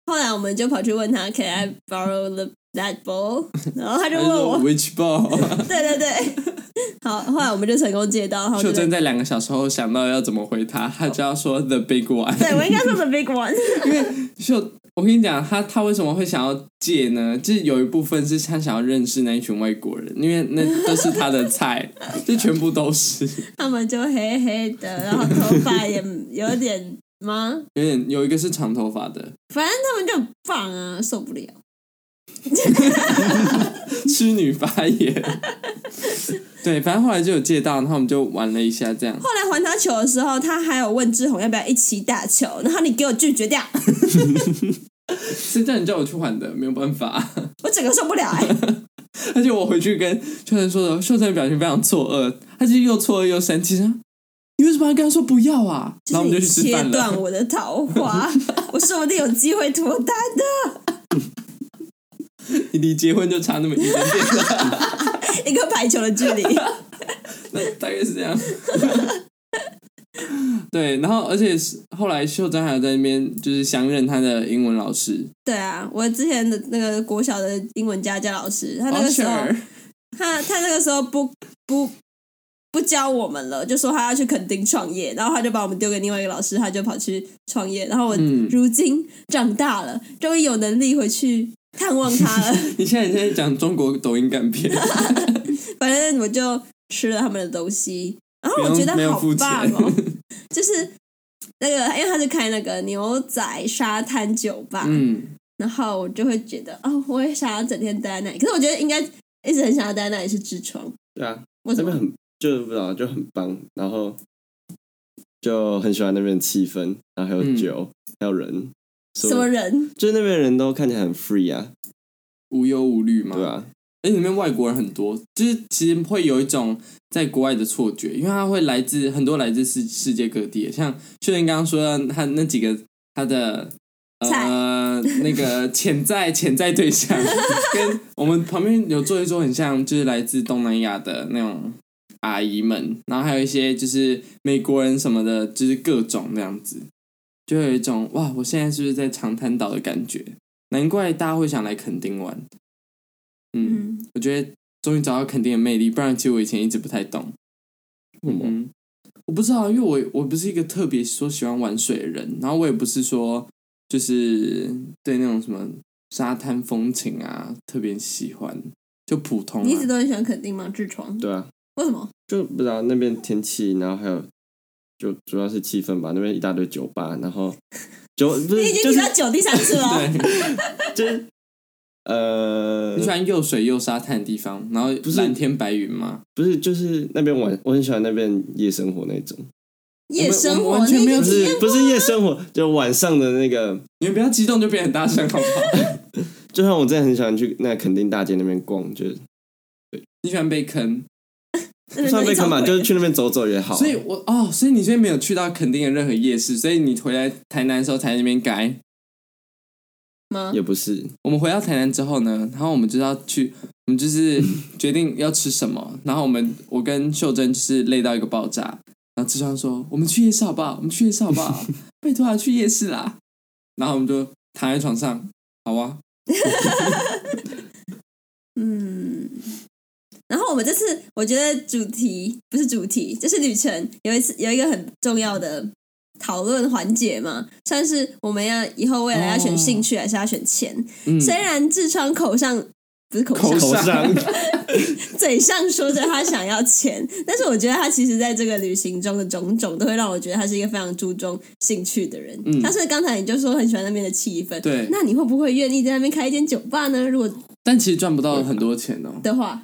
[SPEAKER 2] 后来我们就跑去问他，Can I borrow the that ball？然后他就
[SPEAKER 1] 还是
[SPEAKER 2] 问
[SPEAKER 1] 说
[SPEAKER 2] 我
[SPEAKER 1] which ball？
[SPEAKER 2] 对对对，好，后来我们就成功借到，然后
[SPEAKER 1] 秀
[SPEAKER 2] 就
[SPEAKER 1] 珍在两个小时后想到要怎么回他，他就要说 the big one。
[SPEAKER 2] 对我应该说 the big one，
[SPEAKER 1] 秀，我跟你讲，他他为什么会想要戒呢？就是有一部分是他想要认识那一群外国人，因为那都是他的 菜，就全部都是，
[SPEAKER 2] 他们就黑黑的，然后头发也有点吗？
[SPEAKER 1] 有点有一个是长头发的，
[SPEAKER 2] 反正他们就很棒啊，受不了。
[SPEAKER 1] 痴女发言。对，反正后来就有借到，然后我们就玩了一下这样。
[SPEAKER 2] 后来还他球的时候，他还有问志宏要不要一起打球，然后你给我拒绝掉，
[SPEAKER 1] 是这样，你叫我去还的，没有办法。
[SPEAKER 2] 我整个受不了 哎、
[SPEAKER 1] 而且我回去跟秀珍说的，秀珍的表情非常错愕，她就是又错愕又生气，说你为什么要跟她说不要啊？然后我们
[SPEAKER 2] 你
[SPEAKER 1] 就去吃
[SPEAKER 2] 切
[SPEAKER 1] 饭 了。
[SPEAKER 2] 断我的桃 花，我说不定有机会脱单的。
[SPEAKER 1] 你离结婚就差那么一点点了，
[SPEAKER 2] 一个排球的 距离，
[SPEAKER 1] 那大概是这样。对，然后而且是后来秀珍还有在那边就是相认她的英文老师，
[SPEAKER 2] 对啊，我之前的那个国小的英文家教老师，他那
[SPEAKER 1] 哦
[SPEAKER 2] 个时候，
[SPEAKER 1] ，sure
[SPEAKER 2] 他他那个时候不不不教我们了，就说他要去垦丁创业，然后他就把我们丢给另外一个老师，他就跑去创业。然后我
[SPEAKER 1] 嗯
[SPEAKER 2] 如今长大了，终于有能力回去探望 他了。
[SPEAKER 1] 你现在你现在讲中国抖音干片，
[SPEAKER 2] 反正我就吃了他们的东西，然后
[SPEAKER 1] 不
[SPEAKER 2] 我
[SPEAKER 1] 用
[SPEAKER 2] 觉得
[SPEAKER 1] 没有
[SPEAKER 2] 好
[SPEAKER 1] 付
[SPEAKER 2] 棒
[SPEAKER 1] 钱
[SPEAKER 2] 哦，就是那个，因为他是开那个牛仔沙滩酒吧，
[SPEAKER 1] 嗯，
[SPEAKER 2] 然后我就会觉得哦，我也想要整天待在那里。可是我觉得应该一直很想要待在那里是痔疮，
[SPEAKER 3] 对啊，
[SPEAKER 2] 为什
[SPEAKER 3] 那边
[SPEAKER 2] 么？
[SPEAKER 3] 很就不知道就很棒，然后就很喜欢那边的气氛，然后还有
[SPEAKER 1] 嗯
[SPEAKER 3] 酒，还有人，所以
[SPEAKER 2] 什么人？嗯
[SPEAKER 3] 就是那边人都看起来很 free 啊，
[SPEAKER 1] 无忧无虑嘛，
[SPEAKER 3] 对啊，
[SPEAKER 1] 而且里面外国人很多，就是其实会有一种在国外的错觉，因为他会来自很多来自世世界各地，像秀玲刚刚说到他那几个他的呃那个潜在潜在对象，跟我们旁边有坐一桌很像，就是来自东南亚的那种阿姨们，然后还有一些就是美国人什么的，就是各种这样子，就有一种哇，我现在是不是在长滩岛的感觉？难怪大家会想来垦丁玩，嗯
[SPEAKER 2] 嗯，
[SPEAKER 1] 我觉得终于找到肯定的魅力，不然其实我以前一直不太懂。
[SPEAKER 3] 为什么
[SPEAKER 1] 嗯，我不知道，因为我我不是一个特别说喜欢玩水的人，然后我也不是说就是对那种什么沙滩风情啊特别喜欢，就普通、
[SPEAKER 2] 你一直
[SPEAKER 1] 啊。
[SPEAKER 2] 都很喜欢垦丁吗？痔疮？
[SPEAKER 3] 对啊，
[SPEAKER 2] 为什么？
[SPEAKER 3] 就不知道那边天气，然后还有就主要是气氛吧，那边一大堆酒吧，然后酒不
[SPEAKER 2] 你
[SPEAKER 3] 是
[SPEAKER 2] 已经
[SPEAKER 3] 就
[SPEAKER 2] 提
[SPEAKER 3] 是
[SPEAKER 2] 到九第三次了 哦。
[SPEAKER 1] 对，
[SPEAKER 3] 就是呃
[SPEAKER 1] 你，喜欢又水又沙滩的地方，然后
[SPEAKER 3] 是
[SPEAKER 1] 蓝天白云吗？
[SPEAKER 3] 不是就是那边玩，我很喜欢那边夜生活那种，
[SPEAKER 2] 夜生
[SPEAKER 1] 我
[SPEAKER 2] 活，
[SPEAKER 1] 们完全
[SPEAKER 2] 你已
[SPEAKER 1] 没有
[SPEAKER 2] 经
[SPEAKER 3] 不
[SPEAKER 2] 体验
[SPEAKER 3] 是不是夜生活，就晚上的那个。
[SPEAKER 1] 你们不要激动就变很大声好不好？
[SPEAKER 3] 就像我真的很喜欢去那垦丁大街那边逛，就是
[SPEAKER 1] 你喜欢被坑，
[SPEAKER 2] 那
[SPEAKER 3] 不
[SPEAKER 2] 边
[SPEAKER 3] 算被坑吧，
[SPEAKER 2] 都一
[SPEAKER 3] 就
[SPEAKER 2] 张
[SPEAKER 3] 是去那边走走也好。啊
[SPEAKER 1] 所以我哦，所以你现在没有去到垦丁的任何夜市，所以你回来台南的时候才在那边改。
[SPEAKER 2] 吗？
[SPEAKER 3] 也不是，
[SPEAKER 1] 我们回到台南之后呢，然后我们就要去，我们就是 决定要吃什么。然后我们，我跟秀珍就是累到一个爆炸。然后志昌说：“我们去夜市好不好？我们去夜市好不 好？拜托啊，去夜市啦！”然后我们就躺在床上，好啊，
[SPEAKER 2] 嗯，然后我们这次我觉得主题不是主题，就是旅程有一次有一个很重要的讨论环节嘛，算是我们要以后未来要选
[SPEAKER 1] 哦
[SPEAKER 2] 兴趣还是要选钱。
[SPEAKER 1] 嗯，
[SPEAKER 2] 虽然痔疮口上不是口上
[SPEAKER 1] 口
[SPEAKER 3] 口上
[SPEAKER 2] 嘴上说着他想要钱，但是我觉得他其实在这个旅行中的种种都会让我觉得他是一个非常注重兴趣的人。
[SPEAKER 1] 嗯
[SPEAKER 2] 但是刚才你就说很喜欢那边的气氛，
[SPEAKER 1] 对
[SPEAKER 2] 那你会不会愿意在那边开一间酒吧呢？如果
[SPEAKER 1] 但其实赚不到很多钱哦。
[SPEAKER 2] 的话，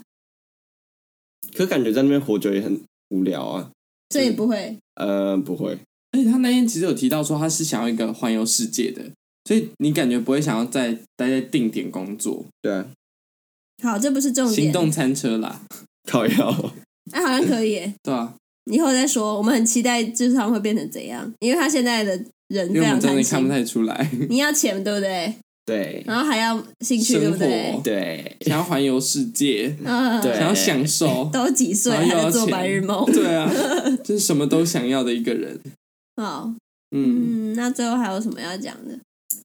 [SPEAKER 3] 可感觉在那边活久也很无聊啊。
[SPEAKER 2] 这也不会。
[SPEAKER 3] 呃，不会，
[SPEAKER 1] 而且他那天其实有提到说，他是想要一个环游世界的，所以你感觉不会想要再待在定点工作，
[SPEAKER 3] 对啊，
[SPEAKER 2] 好，这不是重
[SPEAKER 1] 行
[SPEAKER 2] 点。
[SPEAKER 1] 动餐车啦，
[SPEAKER 3] 靠腰。
[SPEAKER 2] 哎、好像可以耶，
[SPEAKER 1] 对啊，
[SPEAKER 2] 以后再说。我们很期待智商会变成怎样，因为他现在的人
[SPEAKER 1] 因
[SPEAKER 2] 非
[SPEAKER 1] 为我们真
[SPEAKER 2] 常贪
[SPEAKER 1] 的看不
[SPEAKER 2] 心。
[SPEAKER 1] 太出来。
[SPEAKER 2] 你要钱对不对？
[SPEAKER 3] 对
[SPEAKER 2] 然后还要兴趣对不对
[SPEAKER 1] 生？
[SPEAKER 3] 对，
[SPEAKER 1] 想要环游世界，
[SPEAKER 2] 嗯，
[SPEAKER 3] 对
[SPEAKER 1] 想要享 受，
[SPEAKER 2] 都几岁
[SPEAKER 1] 然后
[SPEAKER 2] 还
[SPEAKER 1] 又要
[SPEAKER 2] 在做
[SPEAKER 1] 钱
[SPEAKER 2] 白日梦？
[SPEAKER 1] 对啊，就是什么都想要的一个人。
[SPEAKER 2] 好，
[SPEAKER 1] 嗯，
[SPEAKER 2] 嗯，那最后还有什么要讲的？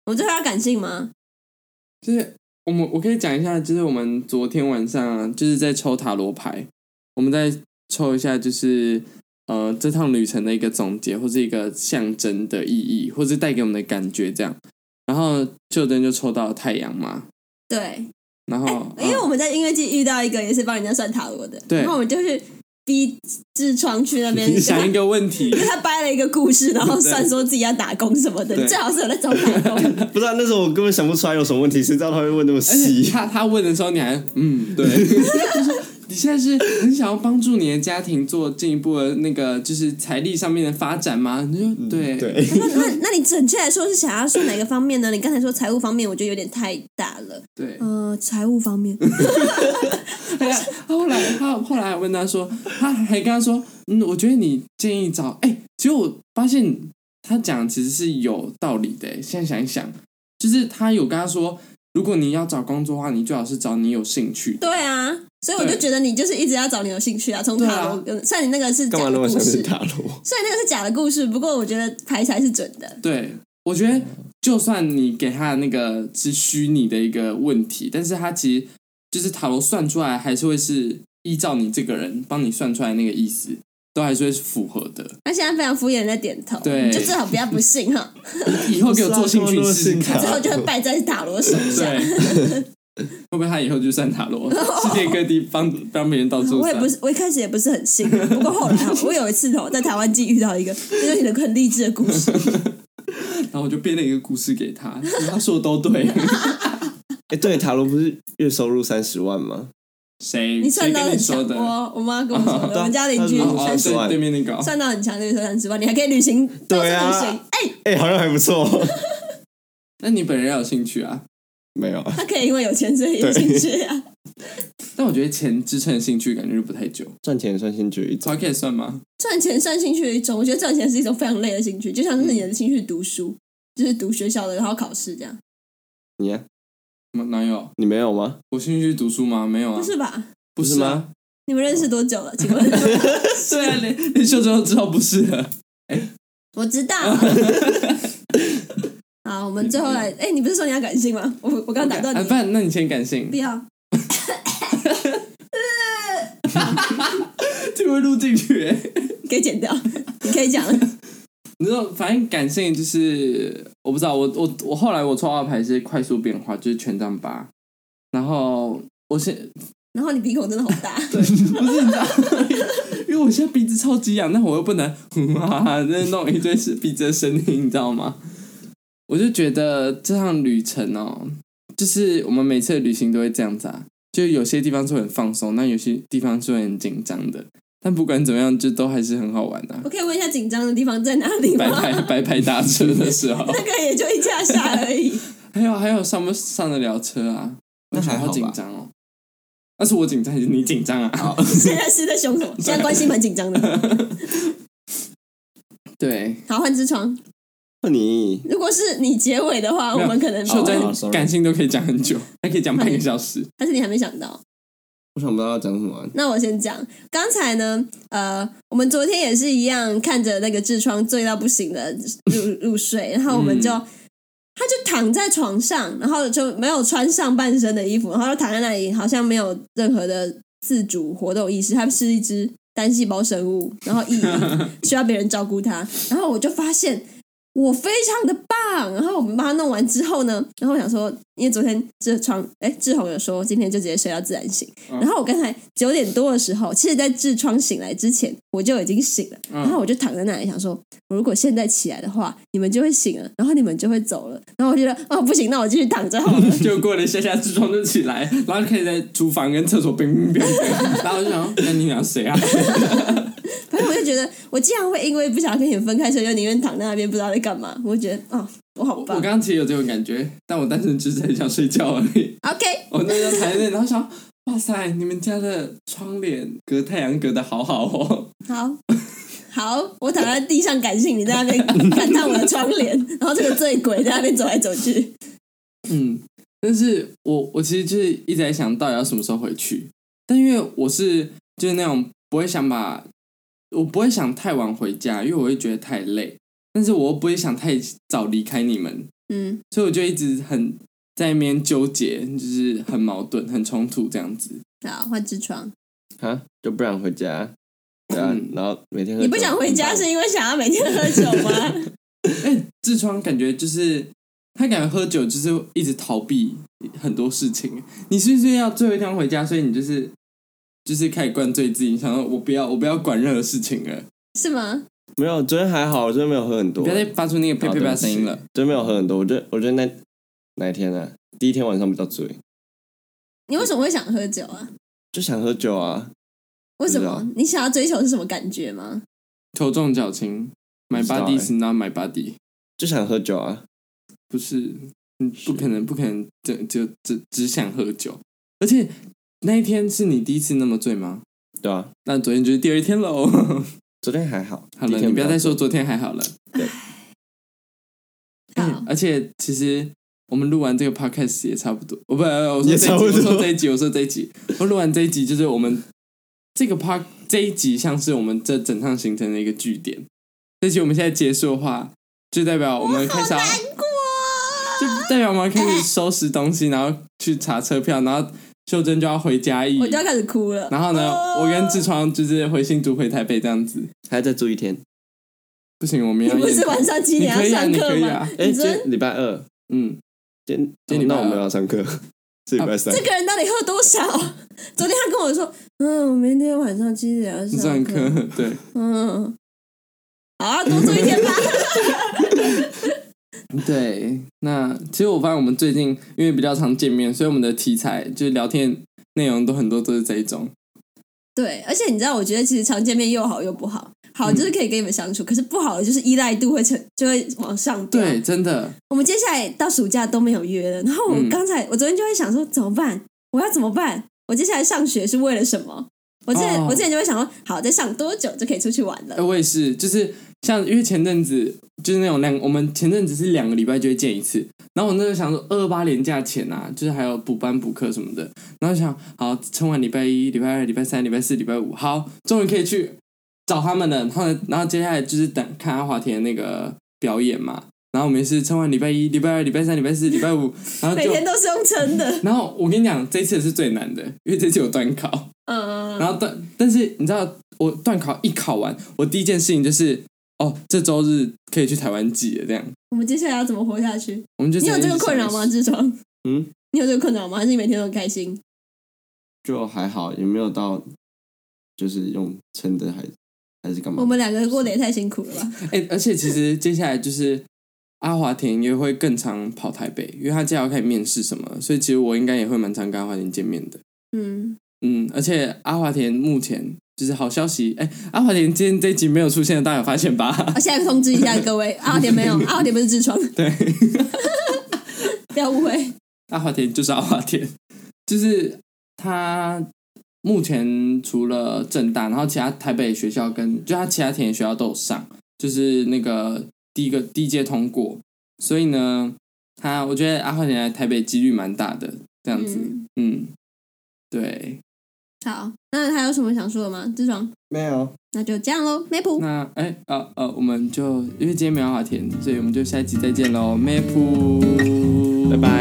[SPEAKER 2] 我们最后要感性吗？
[SPEAKER 1] 就是我们我可以讲一下，就是我们昨天晚上啊，就是在抽塔罗牌，我们在抽一下，就是呃这趟旅程的一个总结，或是一个象征的意义，或是带给我们的感觉这样。然后秀珍就抽到太阳嘛，
[SPEAKER 2] 对，
[SPEAKER 1] 然后、
[SPEAKER 2] 哎因为我
[SPEAKER 1] 嗯
[SPEAKER 2] 们在音乐季遇到一个也是帮人家算塔罗的，
[SPEAKER 1] 对
[SPEAKER 2] 然后我们就去逼痔疮去那 边，
[SPEAKER 1] 你想 一个问题，
[SPEAKER 2] 他掰了一个故事，然后算说自己要打工什么的，
[SPEAKER 1] 对
[SPEAKER 2] 你最好是有在找打工。
[SPEAKER 3] 不知道、那时候我根本想不出来有什么问题，谁知道他会问那么
[SPEAKER 1] 而且
[SPEAKER 3] 细？
[SPEAKER 1] 他他问的时候，你还嗯，对，他说你现在是很想要帮助你的家庭做进一步的那个就是财力上面的发展吗？你就对，
[SPEAKER 3] 嗯对，
[SPEAKER 2] 那那那你准确来说是想要说哪个方面呢？你刚才说财务方面，我觉得有点太大了。
[SPEAKER 1] 对
[SPEAKER 2] 呃，财务方面，
[SPEAKER 1] 哎呀，后来他后来还问他说，他还跟他说，嗯，我觉得你建议找，哎、其实我发现他讲其实是有道理的、哎现在想一想，就是他有跟他说，如果你要找工作的话，你最好是找你有兴趣的。
[SPEAKER 2] 对啊，所以我就
[SPEAKER 1] 对
[SPEAKER 2] 觉得你就是一直要找你有兴趣啊，从
[SPEAKER 1] 对
[SPEAKER 2] 塔
[SPEAKER 1] 啊
[SPEAKER 2] 罗跟，虽然你那个是假
[SPEAKER 3] 干嘛
[SPEAKER 2] 的
[SPEAKER 3] 那么
[SPEAKER 2] 故
[SPEAKER 3] 想去
[SPEAKER 2] 事，
[SPEAKER 3] 塔罗？
[SPEAKER 2] 虽然那个是假的故事，不过我觉得牌才是准的。
[SPEAKER 1] 对，我觉得就算你给他的那个是虚拟的一个问题，但是他其实就是塔罗算出来还是会是依照你这个人帮你算出来那个意思，都还是会是符合 的。
[SPEAKER 2] 他现在非常敷衍地在点头，
[SPEAKER 1] 对
[SPEAKER 2] 你就最好不要不信哈，
[SPEAKER 1] 以后给我做兴趣试试
[SPEAKER 3] 不是
[SPEAKER 1] 看
[SPEAKER 3] 啊干
[SPEAKER 2] 最
[SPEAKER 3] 嘛。
[SPEAKER 2] 后就会败在塔罗手上。
[SPEAKER 1] 对，会不会他以后就算塔罗， 世界各地帮帮别人到处
[SPEAKER 2] 我也
[SPEAKER 1] 算
[SPEAKER 2] 不？是，我一开始也不是很信，不过后来啊我有一次哦，在台湾记遇到一个，就是你的很励志的故事，
[SPEAKER 1] 然后我就编了一个故事给他，他说的都 对。
[SPEAKER 3] 哎、对，塔罗不是月收入三十万吗？
[SPEAKER 1] 谁？
[SPEAKER 2] 你算
[SPEAKER 1] 谁
[SPEAKER 2] 到
[SPEAKER 1] 跟
[SPEAKER 2] 很
[SPEAKER 1] 你
[SPEAKER 2] 强
[SPEAKER 1] 说，的？哦
[SPEAKER 2] 我我妈跟我说
[SPEAKER 3] 对
[SPEAKER 2] 的，
[SPEAKER 3] 啊
[SPEAKER 2] 我们家邻居
[SPEAKER 3] 他是
[SPEAKER 1] 哦，
[SPEAKER 2] 算
[SPEAKER 3] 30
[SPEAKER 1] 对，
[SPEAKER 3] 万
[SPEAKER 1] 对面那个哦，
[SPEAKER 2] 算到很强，就是说三十万，你还可以旅行，到处
[SPEAKER 3] 对啊
[SPEAKER 2] 旅行，哎、
[SPEAKER 3] 哎、好像还不错。
[SPEAKER 1] 那你本人要有兴趣啊？
[SPEAKER 3] 没有，
[SPEAKER 2] 他可以因为有钱所以有
[SPEAKER 3] 对
[SPEAKER 2] 兴趣啊，
[SPEAKER 1] 但我觉得钱支撑的兴趣感觉就不太久。
[SPEAKER 3] 赚钱也算兴趣一种。
[SPEAKER 1] 早可以算吗？
[SPEAKER 2] 赚钱算兴趣的一种，我觉得赚钱是一种非常累的兴趣，就像是你的兴趣读书，就是读学校的，然后考试这样，
[SPEAKER 3] 你呀、
[SPEAKER 1] 哪哪有？
[SPEAKER 3] 你没有吗？
[SPEAKER 1] 我兴趣读书吗？没有啊
[SPEAKER 2] 不，是吧？
[SPEAKER 3] 哦
[SPEAKER 1] 不是啊？
[SPEAKER 2] 你们认识多久了？请问？
[SPEAKER 1] 对啊，连连秀珍都知道不是啊了。
[SPEAKER 2] 我知 道。好，我们最后来，
[SPEAKER 3] 嗯
[SPEAKER 2] 哎、你不是说你要感性吗？我我刚刚打断
[SPEAKER 1] 啊
[SPEAKER 2] 你
[SPEAKER 1] 不，然那你先感性
[SPEAKER 2] 不，要。
[SPEAKER 1] 这个会录进去欸。
[SPEAKER 2] 给剪掉， 你可以讲了。
[SPEAKER 1] 你知道，反正感性就是我不知道，我我我后来我抽到的牌是快速变化，就是权杖八。然后我现
[SPEAKER 2] 然后你鼻孔真的好大，
[SPEAKER 1] 对，不是你知道， 因为我现在鼻子超级痒，但我又不能 哈哈，那弄一堆是鼻子的声音，你知道吗？我就觉得这趟旅程哦，就是我们每次的旅行都会这样子啊，就有些地方是很放松，那有些地方是会很紧张的。但不管怎么样，就都还是很好玩的、 啊
[SPEAKER 2] 我。可以问一下紧张的地方在哪里
[SPEAKER 1] 白
[SPEAKER 2] 吗？
[SPEAKER 1] 牌白牌搭车的时 候，
[SPEAKER 2] 那个也就一下下而已。
[SPEAKER 1] 还有还有上不上得了车啊？
[SPEAKER 3] 那还好吧
[SPEAKER 1] 我觉得好紧张哦。那是我紧张还是你紧张 啊？
[SPEAKER 2] 现在是在凶什么？现在关系蛮紧 张的。
[SPEAKER 1] 对，
[SPEAKER 2] 好，换痔疮。
[SPEAKER 3] 换你，
[SPEAKER 2] 如果是你结尾的话，我
[SPEAKER 1] 没有
[SPEAKER 2] 们可能
[SPEAKER 1] 秀
[SPEAKER 3] 在
[SPEAKER 1] 珍
[SPEAKER 3] 好好，sorry
[SPEAKER 1] 感性都可以讲很 久，还可以讲半个小时。
[SPEAKER 2] 但是你还没想到。
[SPEAKER 3] 我想不到要讲什么啊、
[SPEAKER 2] 那我先讲，刚才呢，呃，我们昨天也是一样，看着那个痔疮醉到不行的入入睡，然后我们就、
[SPEAKER 1] 嗯
[SPEAKER 2] 他就躺在床上，然后就没有穿上半身的衣服，然后就躺在那里，好像没有任何的自主活动意识，他是一只单细胞生物，然后意 义需要别人照顾它，然后我就发现。我非常的棒，然后我们把它弄完之后呢，然后我想说，因为昨天痔疮，哎，志宏有说今天就直接睡到自然醒，
[SPEAKER 1] 嗯
[SPEAKER 2] 然后我刚才九点多的时候，其实，在痔疮醒来之前，我就已经醒了。
[SPEAKER 1] 嗯
[SPEAKER 2] 然后我就躺在那里想说，我如果现在起来的话，你们就会醒了，然后你们就会走了。然后我觉得，哦，不行，那我继续躺着 好了。
[SPEAKER 1] 就过了一下下，痔疮就起来，然后就开始在厨房跟厕所乒乒乒乒。然后我就想，那你俩 谁啊？
[SPEAKER 2] 反正我就觉得，我竟然会因为不想跟你们分开，所以就宁愿躺在那边不知道在干嘛。我就觉得，哦，我好
[SPEAKER 1] 我
[SPEAKER 2] 棒
[SPEAKER 1] 刚。刚其实有这种感觉，但我单纯只是很想睡觉而已。
[SPEAKER 2] OK，
[SPEAKER 1] 我那时候躺在那，然后想，哇塞，你们家的窗帘隔太阳隔的好好哦。
[SPEAKER 2] 好。 好，我躺在地上感性，你在那边感叹我的窗 帘，然后这个醉鬼在那边走来走去。
[SPEAKER 1] 嗯，但是我我其实就是一直在想到底要什么时候回去，但因为我是就是那种不会想把，我不会想太晚回家，因为我会觉得太累，但是我又不会想太早离开你们，
[SPEAKER 2] 嗯，
[SPEAKER 1] 所以我就一直很在那边纠结，就是很矛盾、很冲突这样子。
[SPEAKER 2] 好，换痔疮。
[SPEAKER 3] 啊，就不想回家，对啊，
[SPEAKER 1] 嗯
[SPEAKER 3] 然后每天喝
[SPEAKER 2] 你不
[SPEAKER 3] 酒
[SPEAKER 2] 想回家是因为想要每天喝酒吗？
[SPEAKER 1] 哎、痔疮感觉就是他感觉喝酒就是一直逃避很多事情，你是不是要最后一天回家，所以你就是就是开始灌醉自己，想说我不要我不要管任何事情了，
[SPEAKER 2] 是吗？
[SPEAKER 3] 没有，昨天还好，我昨天没有喝很多。
[SPEAKER 1] 不要再发出那个啪啪啪声音了。
[SPEAKER 3] 昨天没有喝很多，我觉得我觉得那哪一天呢、第一天晚上比较醉，
[SPEAKER 2] 你为什么会想喝酒啊？
[SPEAKER 3] 就想喝酒啊。
[SPEAKER 2] 为什
[SPEAKER 3] 不知
[SPEAKER 2] 么？你想要追求是什么感觉吗？
[SPEAKER 1] 头重脚轻，My
[SPEAKER 3] 不知道
[SPEAKER 1] body
[SPEAKER 3] 欸
[SPEAKER 1] is not my body，
[SPEAKER 3] 就想喝酒啊，
[SPEAKER 1] 不是，嗯不可能，不可能，只就只只想喝酒。而且那一天是你第一次那么醉吗？
[SPEAKER 3] 对啊。
[SPEAKER 1] 那昨天就是第二天喽。
[SPEAKER 3] 昨天还好，
[SPEAKER 1] 好
[SPEAKER 3] 第
[SPEAKER 1] 了，
[SPEAKER 3] 一天
[SPEAKER 1] 你不要
[SPEAKER 3] 比
[SPEAKER 1] 再
[SPEAKER 3] 较
[SPEAKER 1] 说昨天还好了。
[SPEAKER 2] 好，
[SPEAKER 1] 而且其实我们录完这个 podcast 也差不多，哦我不，我说这
[SPEAKER 3] 也
[SPEAKER 1] 一集
[SPEAKER 3] 差不多
[SPEAKER 1] 我说这一集，我说这一集，我录完这一集就是我们这个 part 这一集像是我们这整趟行程的一个据点。这集我们现在结束的话，就代表我们开始要，
[SPEAKER 2] 难过。啊
[SPEAKER 1] 就代表我们要开始收拾东西，然后去查车票，然后秀珍就要回嘉义
[SPEAKER 2] 我，就要开始哭了。
[SPEAKER 1] 然后呢，
[SPEAKER 2] 哦
[SPEAKER 1] 我跟痔疮就是回新竹回台北这样子。
[SPEAKER 3] 还在住一天。
[SPEAKER 1] 不行，我们
[SPEAKER 2] 你
[SPEAKER 1] 要
[SPEAKER 2] 不是
[SPEAKER 1] 演
[SPEAKER 2] 晚上七
[SPEAKER 1] 你
[SPEAKER 2] 点
[SPEAKER 1] 可
[SPEAKER 2] 要
[SPEAKER 1] 以啊，
[SPEAKER 2] 上
[SPEAKER 1] 你
[SPEAKER 2] 课
[SPEAKER 1] 可以
[SPEAKER 2] 吗
[SPEAKER 1] 啊？，
[SPEAKER 3] 哎，
[SPEAKER 2] 你昨天
[SPEAKER 3] 今礼拜二，
[SPEAKER 1] 嗯，
[SPEAKER 3] 今
[SPEAKER 1] 今天
[SPEAKER 3] 哦
[SPEAKER 1] 礼拜
[SPEAKER 3] 那
[SPEAKER 1] 二
[SPEAKER 3] 我们要上课， 这礼拜三
[SPEAKER 2] 哦这。个人到底喝多少？ 昨天他跟我说，嗯，我明天晚上七点要
[SPEAKER 1] 上课
[SPEAKER 2] 课。
[SPEAKER 1] 对。
[SPEAKER 2] 嗯，好啊，多住一天吧。
[SPEAKER 1] 对，那其实我发现我们最近因为比较常见面，所以我们的题材就是聊天内容都很多都是这一种。
[SPEAKER 2] 对，而且你知道，我觉得其实常见面又好又不好。好
[SPEAKER 1] 嗯
[SPEAKER 2] 就是可以跟你们相处，可是不好的就是依赖度会成就会往上掉。
[SPEAKER 1] 对，真的，
[SPEAKER 2] 我们接下来到暑假都没有约了，然后我
[SPEAKER 1] 嗯
[SPEAKER 2] 刚才、我昨天就会想说怎么办？我要怎么办？我接下来上学是为了什么？我之前、
[SPEAKER 1] 哦
[SPEAKER 2] 我之前就会想说，好，再上多久就可以出去玩了
[SPEAKER 1] 呃，？我也是，就是像因为前阵子就是那种两，我们前阵子是两个礼拜就会见一次，然后我那时候想说二八年假前啊，就是还有补班补课什么的，然后想好撑完礼拜一、礼拜二、礼拜三、礼拜四、礼拜五，好，终于可以去找他们了。然后呢，然后接下来就是等看阿华田那个表演嘛。然后我们也是撑完礼拜一、礼拜二、礼拜三、礼拜四、礼拜五，然后
[SPEAKER 2] 每
[SPEAKER 1] 就
[SPEAKER 2] 天都是用 撑的，
[SPEAKER 1] 然后我跟你讲，这一次是最难的，因为这次有段考，
[SPEAKER 2] 嗯，
[SPEAKER 1] 然后段，但是你知道，我段考一考完，我第一件事情就是，哦，这周日可以去台湾寄了，这样，
[SPEAKER 2] 我们接下来要怎么活下去？
[SPEAKER 1] 我们就
[SPEAKER 2] 你有
[SPEAKER 1] 真
[SPEAKER 2] 这
[SPEAKER 1] 的
[SPEAKER 2] 个
[SPEAKER 1] 是
[SPEAKER 2] 困扰吗，志闯？
[SPEAKER 3] 嗯，
[SPEAKER 2] 你有这个困扰吗？还是你每天都很开心？
[SPEAKER 3] 就还好，也没有到就是用撑的还还是
[SPEAKER 1] 嗯
[SPEAKER 3] 干嘛
[SPEAKER 2] 我。们两个过得也太辛苦了吧？
[SPEAKER 1] 哎、而且其实接下来就是阿华田也会更常跑台北，因为他接下来要开始面试什么了，所以其实我应该也会蛮常跟阿华田见面的。
[SPEAKER 2] 嗯，
[SPEAKER 1] 嗯，而且阿华田目前就是好消息，哎、阿华田今天这一集没有出现，大家有发现吧
[SPEAKER 2] 啊，？现在通知一下各位，阿华田没有，阿华田不是痔疮，
[SPEAKER 1] 对。
[SPEAKER 2] 不要误会。
[SPEAKER 1] 阿华田就是阿华田，就是他目前除了正大，然后其他台北学校跟就他其他田学校都有上，就是那个第一个第一届通过，所以呢，他我觉得阿华田来台北几率蛮大的，这样子，
[SPEAKER 2] 嗯
[SPEAKER 1] 嗯，对，
[SPEAKER 2] 好，那还有什么想说的吗？志闯，
[SPEAKER 3] 没有，
[SPEAKER 2] 那就这样喽，Maple，
[SPEAKER 1] 那哎呃呃，我们就因为今天没有阿华田，所以我们就下一集再见喽，咩噗，
[SPEAKER 3] 拜拜。